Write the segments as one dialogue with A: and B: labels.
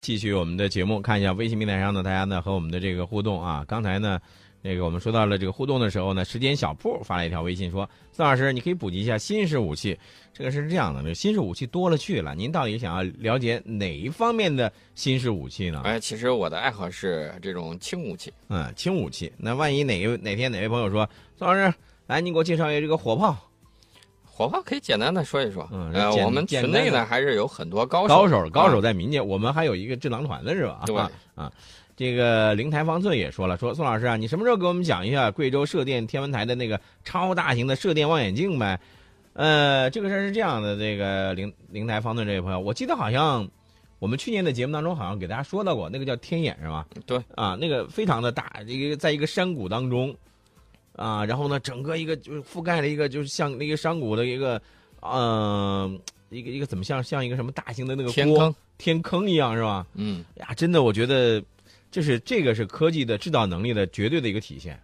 A: 继续我们的节目，看一下微信平台上呢，大家呢和我们的这个互动啊。刚才呢，那个我们说到了这个互动的时候呢，时间小铺发了一条微信说：“孙老师，你可以补及一下新式武器。这个是这样的，这新式武器多了去了，您到底想要了解哪一方面的新式武器呢？
B: 哎，其实我的爱好是这种轻武器，
A: 嗯，轻武器。那万一哪个哪天哪位朋友说，孙老师，来你给我介绍一个这个火炮，
B: 火炮可以简单的说一说。
A: 嗯
B: 呃，
A: 简
B: 我们群内
A: 简单的
B: 呢还是有很多高手，
A: 高手高手
B: 啊
A: 在民间，我们还有一个智囊团的是吧？
B: 对
A: 啊啊，这个灵台方寸也说了，说宋老师啊，你什么时候给我们讲一下贵州射电天文台的那个超大型的射电望远镜呗？呃，这个事儿是这样的，这个灵灵台方寸这位朋友，我记得好像我们去年的节目当中好像给大家说到过，那个叫天眼是吧？
B: 对
A: 啊，那个非常的大，这个在一个山谷当中啊，然后呢，整个一个就是覆盖了一个就是像那个山谷的一个嗯。一个一个怎么像像一个什么大型的那个
B: 天
A: 锅
B: 坑，
A: 天坑一样是吧？
B: 嗯，
A: 呀，真的，我觉得这是这个是科技的制造能力的绝对的一个体现，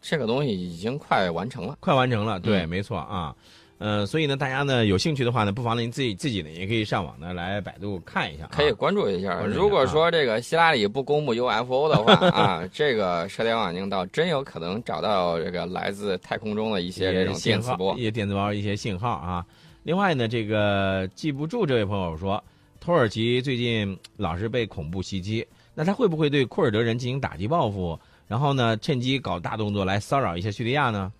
B: 这个东西已经快完成了。
A: 快完成了，对，
B: 嗯
A: 没错啊。呃，所以呢，大家呢有兴趣的话呢，不妨呢你自己自己呢也可以上网呢来百度看一下、啊，
B: 可以关注一下。
A: 关注一下啊
B: 如果说这个希拉里不公布 UFO 的话 啊，这个射电望远镜倒真有可能找到这个来自太空中的一
A: 一
B: 些这种电磁波
A: 一。些电磁波，一些信号啊。另外呢，这个记不住这位朋友说，土耳其最近老是被恐怖袭击，那他会不会对库尔德人进行打击报复？然后呢，趁机搞大动作来骚扰一下叙利亚呢？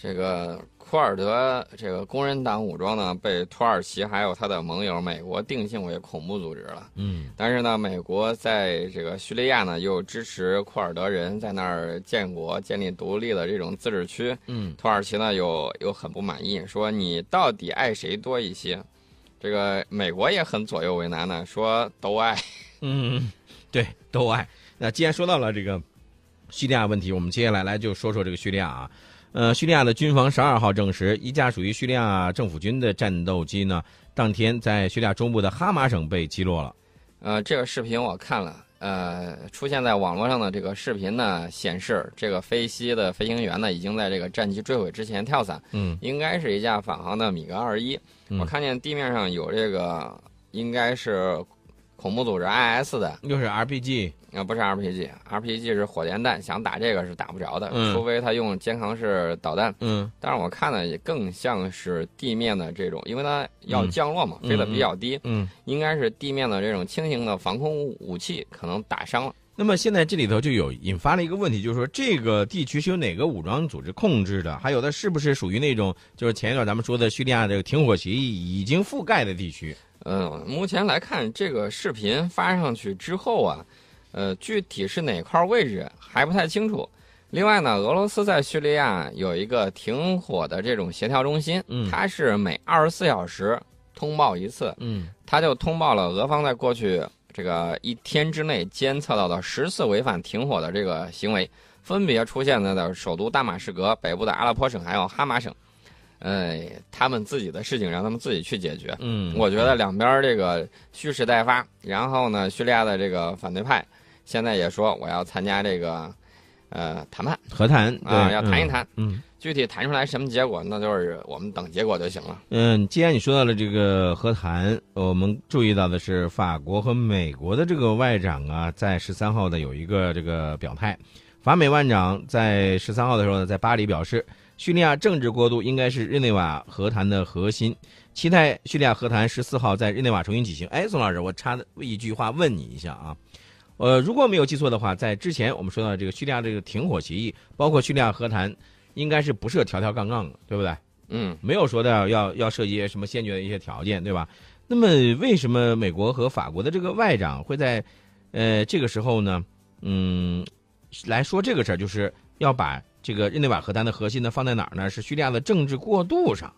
B: 这个库尔德这个工人党武装呢，被土耳其还有他的盟友美国定性为恐怖组织了。
A: 嗯，
B: 但是呢，美国在这个叙利亚呢，又支持库尔德人在那儿建国、建立独立的这种自治区。
A: 嗯，
B: 土耳其呢又又很不满意，说你到底爱谁多一些？这个美国也很左右为难呢，说都爱。
A: 嗯，对，都爱。那既然说到了这个叙利亚问题，我们接下来来就说说这个叙利亚啊。呃，叙利亚的军方十二号证实，一架属于叙利亚政府军的战斗机呢，当天在叙利亚中部的哈马省被击落了。
B: 呃，这个视频我看了，呃，出现在网络上的这个视频呢，显示这个飞机的飞行员呢，已经在这个战机坠毁之前跳伞，
A: 嗯
B: 应该是一架返航的米格二一。
A: 嗯
B: 我看见地面上有这个，应该是恐怖组织 IS 的，
A: 又嗯是 RPG，
B: 啊，不是 RPG，RPG 是火箭弹，想打这个是打不着的，
A: 嗯
B: 除非他用肩扛式导弹。
A: 嗯
B: 但是我看呢，也更像是地面的这种，因为它要
A: 嗯
B: 降落嘛，
A: 嗯
B: 飞得比较低，
A: 嗯。
B: 应该是地面的这种轻型的防空武器可能打伤了。
A: 那么现在这里头就有引发了一个问题，就是说这个地区是由哪个武装组织控制的？还有它是不是属于那种就是前一段咱们说的叙利亚这个停火协议已经覆盖的地区？
B: 嗯，目前来看，这个视频发上去之后啊，呃，具体是哪块位置还不太清楚。另外呢，俄罗斯在叙利亚有一个停火的这种协调中心，
A: 嗯
B: 它是每二十四小时通报一次，
A: 嗯
B: 他就通报了俄方在过去这个一天之内监测到的十次违反停火的这个行为，分别出现在的首都大马士革、北部的阿拉颇省还有哈马省。呃，他们自己的事情让他们自己去解决。
A: 嗯
B: 我觉得两边儿这个蓄势待发，然后呢，叙利亚的这个反对派现在也说我要参加这个呃谈判，
A: 和谈
B: 啊
A: 对
B: 要谈一谈
A: 嗯。嗯
B: 具体谈出来什么结果，那就是我们等结果就行了。
A: 嗯，既然你说到了这个和谈，我们注意到的是法国和美国的这个外长啊，在十三号的有一个这个表态。法美外长在十三号的时候呢，在巴黎表示，叙利亚政治过渡应该是日内瓦和谈的核心，期待叙利亚和谈十四号在日内瓦重新举行。哎，宋老师，我插一句话问你一下啊，呃，如果没有记错的话，在之前我们说到这个叙利亚这个停火协议，包括叙利亚和谈，应该是不设条条杠杠的，对不对？
B: 嗯。
A: 没有说到要要涉及什么先决的一些条件，对吧？那么为什么美国和法国的这个外长会在呃这个时候呢？嗯，来说这个事儿，就是要把这个日内瓦和谈的核心呢放在哪儿呢？是叙利亚的政治过渡上。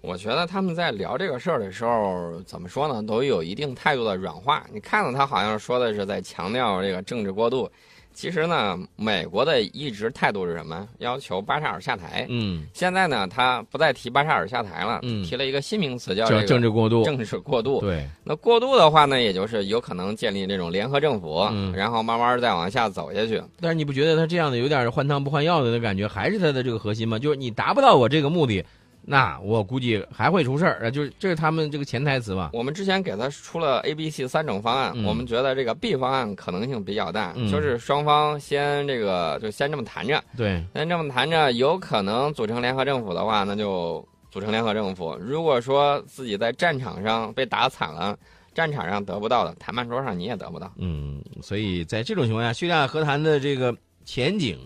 B: 我觉得他们在聊这个事儿的时候，怎么说呢，都有一定态度的软化。你看到他好像说的是在强调这个政治过渡，其实呢，美国的一直态度是什么？要求巴沙尔下台。
A: 嗯，
B: 现在呢，他不再提巴沙尔下台了，
A: 嗯
B: 提了一个新名词叫
A: 叫
B: 这
A: 政
B: 个
A: 治过渡。
B: 政治过渡。
A: 对，
B: 那过渡的话呢，也就是有可能建立这种联合政府，
A: 嗯
B: 然后慢慢再往下走下去。
A: 但是你不觉得他这样的有点换汤不换药的那感觉，还是他的这个核心吗？就是你达不到我这个目的，那我估计还会出事儿，呃就是这是他们这个潜台词吧？
B: 我们之前给他出了 A、B、C 三种方案，
A: 嗯
B: 我们觉得这个 B 方案可能性比较大，
A: 嗯
B: 就是双方先这个就先这么谈着，
A: 对，
B: 先这么谈着，有可能组成联合政府的话，那就组成联合政府。如果说自己在战场上被打惨了，战场上得不到的，谈判桌上你也得不到。
A: 嗯，所以在这种情况下，叙利亚和谈的这个前景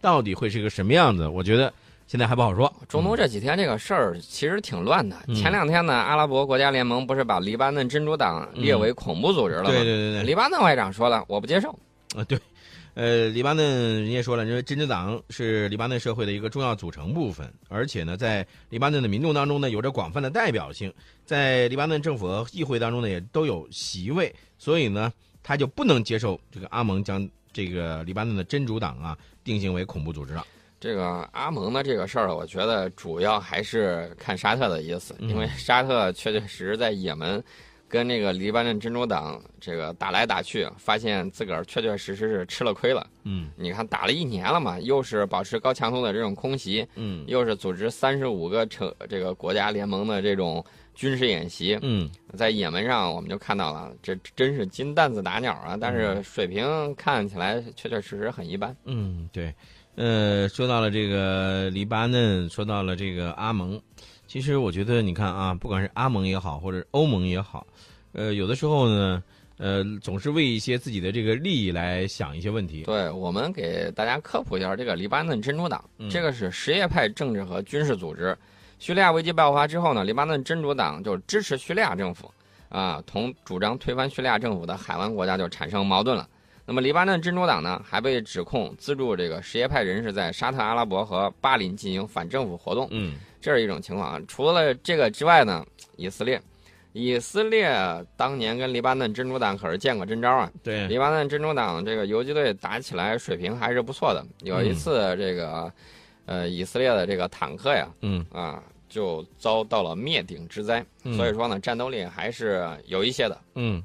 A: 到底会是个什么样子？我觉得现在还不好说。
B: 中东
A: 嗯
B: 这几天这个事儿其实挺乱的。
A: 嗯
B: 前两天呢，阿拉伯国家联盟不是把黎巴嫩真主党列为恐怖组织了吗？
A: 嗯对对对对，
B: 黎巴嫩外长说了，我不接受。
A: 啊对，呃，黎巴嫩人家说了，因为真主党是黎巴嫩社会的一个重要组成部分，而且呢，在黎巴嫩的民众当中呢，有着广泛的代表性，在黎巴嫩政府和议会当中呢，也都有席位，所以呢，他就不能接受这个阿盟将这个黎巴嫩的真主党啊定性为恐怖组织了。
B: 这个阿盟的这个事儿，我觉得主要还是看沙特的意思，
A: 嗯
B: 因为沙特确确实实在也门跟那个黎巴嫩真主党这个打来打去，发现自个儿确确实实是吃了亏了。
A: 嗯
B: 你看打了一年了嘛，又是保持高强度的这种空袭，
A: 嗯
B: 又是组织三十五个成这个国家联盟的这种军事演习，
A: 嗯，
B: 在也门上我们就看到了，这真是金蛋子打鸟啊！但是水平看起来确确实实很一般。
A: 嗯，对，呃，说到了这个黎巴嫩，说到了这个阿盟，其实我觉得你看啊，不管是阿盟也好，或者欧盟也好，呃，有的时候呢，呃，总是为一些自己的这个利益来想一些问题。
B: 对我们给大家科普一下，这个黎巴嫩真主党，
A: 嗯
B: 这个是什叶派政治和军事组织。叙利亚危机爆发之后呢，黎巴嫩真主党就支持叙利亚政府，啊，同主张推翻叙利亚政府的海湾国家就产生矛盾了。那么黎巴嫩真主党呢，还被指控资助这个什叶派人士在沙特阿拉伯和巴林进行反政府活动。
A: 嗯
B: 这是一种情况啊。除了这个之外呢，以色列，以色列当年跟黎巴嫩真主党可是见过真招啊。
A: 对，
B: 黎巴嫩真主党这个游击队打起来水平还是不错的。
A: 嗯
B: 有一次，这个、呃以色列的这个坦克呀
A: 嗯
B: 啊就遭到了灭顶之灾，
A: 嗯
B: 所以说呢，战斗力还是有一些的。
A: 嗯。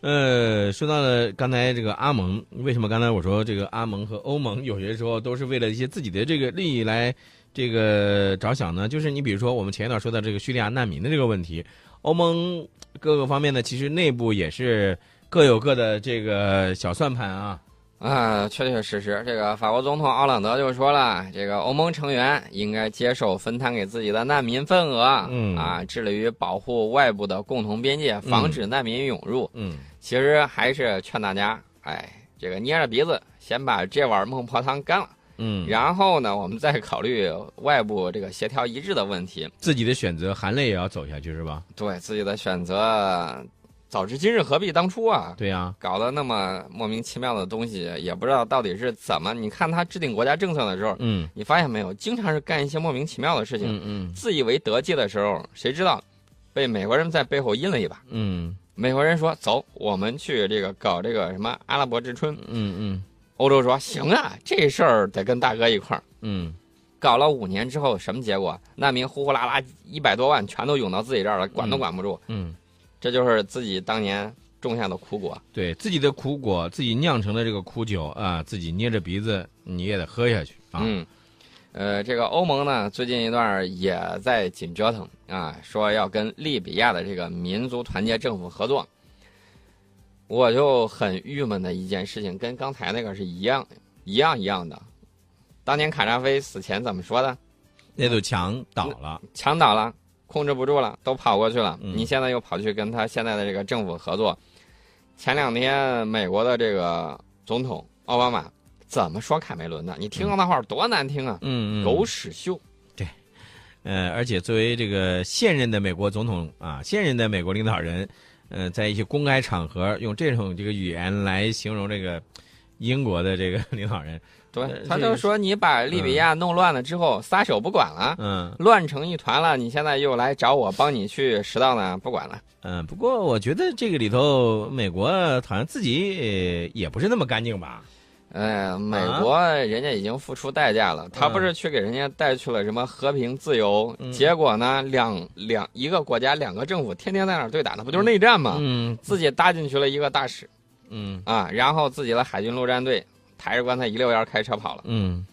A: 呃，说到了刚才这个阿盟，为什么刚才我说这个阿盟和欧盟 有些时候都是为了一些自己的这个利益来这个着想呢？就是你比如说我们前一段说到这个叙利亚难民的这个问题，欧盟各个方面呢，其实内部也是各有各的这个小算盘啊。
B: 啊，确确实实，这个法国总统奥朗德就说了，这个欧盟成员应该接受分摊给自己的难民份额，
A: 嗯
B: 啊，致力于保护外部的共同边界，防
A: 嗯
B: 止难民涌入。
A: 嗯，
B: 其实还是劝大家，哎，这个捏着鼻子先把这碗孟婆汤干了，
A: 嗯，
B: 然后呢，我们再考虑外部这个协调一致的问题，
A: 自己的选择，含泪也要走下去是吧？
B: 对自己的选择，早知今日何必当初啊！
A: 对呀、
B: 搞得那么莫名其妙的东西，也不知道到底是怎么。你看他制定国家政策的时候，
A: 嗯
B: 你发现没有，经常是干一些莫名其妙的事情，
A: 嗯嗯
B: 自以为得计的时候，谁知道被美国人在背后阴了一把。
A: 嗯
B: 美国人说：“走，我们去这个搞这个什么阿拉伯之春。
A: 嗯嗯”
B: 欧洲说：“行啊，这事儿得跟大哥一块儿。
A: 嗯”
B: 搞了五年之后，什么结果？难民呼呼啦啦一百多万全都涌到自己这儿了，管都管不住。
A: 嗯，
B: 这就是自己当年种下的苦果。
A: 对自己的苦果，自己酿成的这个苦酒啊，自己捏着鼻子你也得喝下去啊。
B: 嗯，呃，这个欧盟呢，最近一段儿也在紧折腾啊，说要跟利比亚的这个民族团结政府合作。我就很郁闷的一件事情，跟刚才那个是一样一样一样的。当年卡扎菲死前怎么说的？
A: 那堵墙倒了，
B: 墙倒了，控制不住了，都跑过去了。
A: 嗯
B: 你现在又跑去跟他现在的这个政府合作。前两天美国的这个总统奥巴马怎么说卡梅伦的？你听到那话儿多难听啊！
A: 嗯嗯，
B: 狗屎秀。
A: 呃，而且作为这个现任的美国总统啊，现任的美国领导人，呃，在一些公开场合用这种这个语言来形容这个英国的这个 领导人，
B: 对
A: 呃，
B: 他
A: 这
B: 就
A: 个
B: 说你把利比亚弄乱了之后，撒手不管了，
A: 嗯
B: 乱成一团了，你现在又来找我帮你去拾到呢，不管了。
A: 嗯、呃不过我觉得这个里头，美国好像自己呃也不是那么干净吧？
B: 呃，美
A: 啊
B: 国人家已经付出代价了，他不是去给人家带去了什么和平自由，
A: 嗯
B: 结果呢，两两一个国家两个政府天天在那儿对打，那不就是内战吗？
A: 嗯
B: 自己搭进去了一个大使
A: 嗯
B: 啊，然后自己的海军陆战队抬着棺材一溜烟儿开车跑了。
A: 嗯，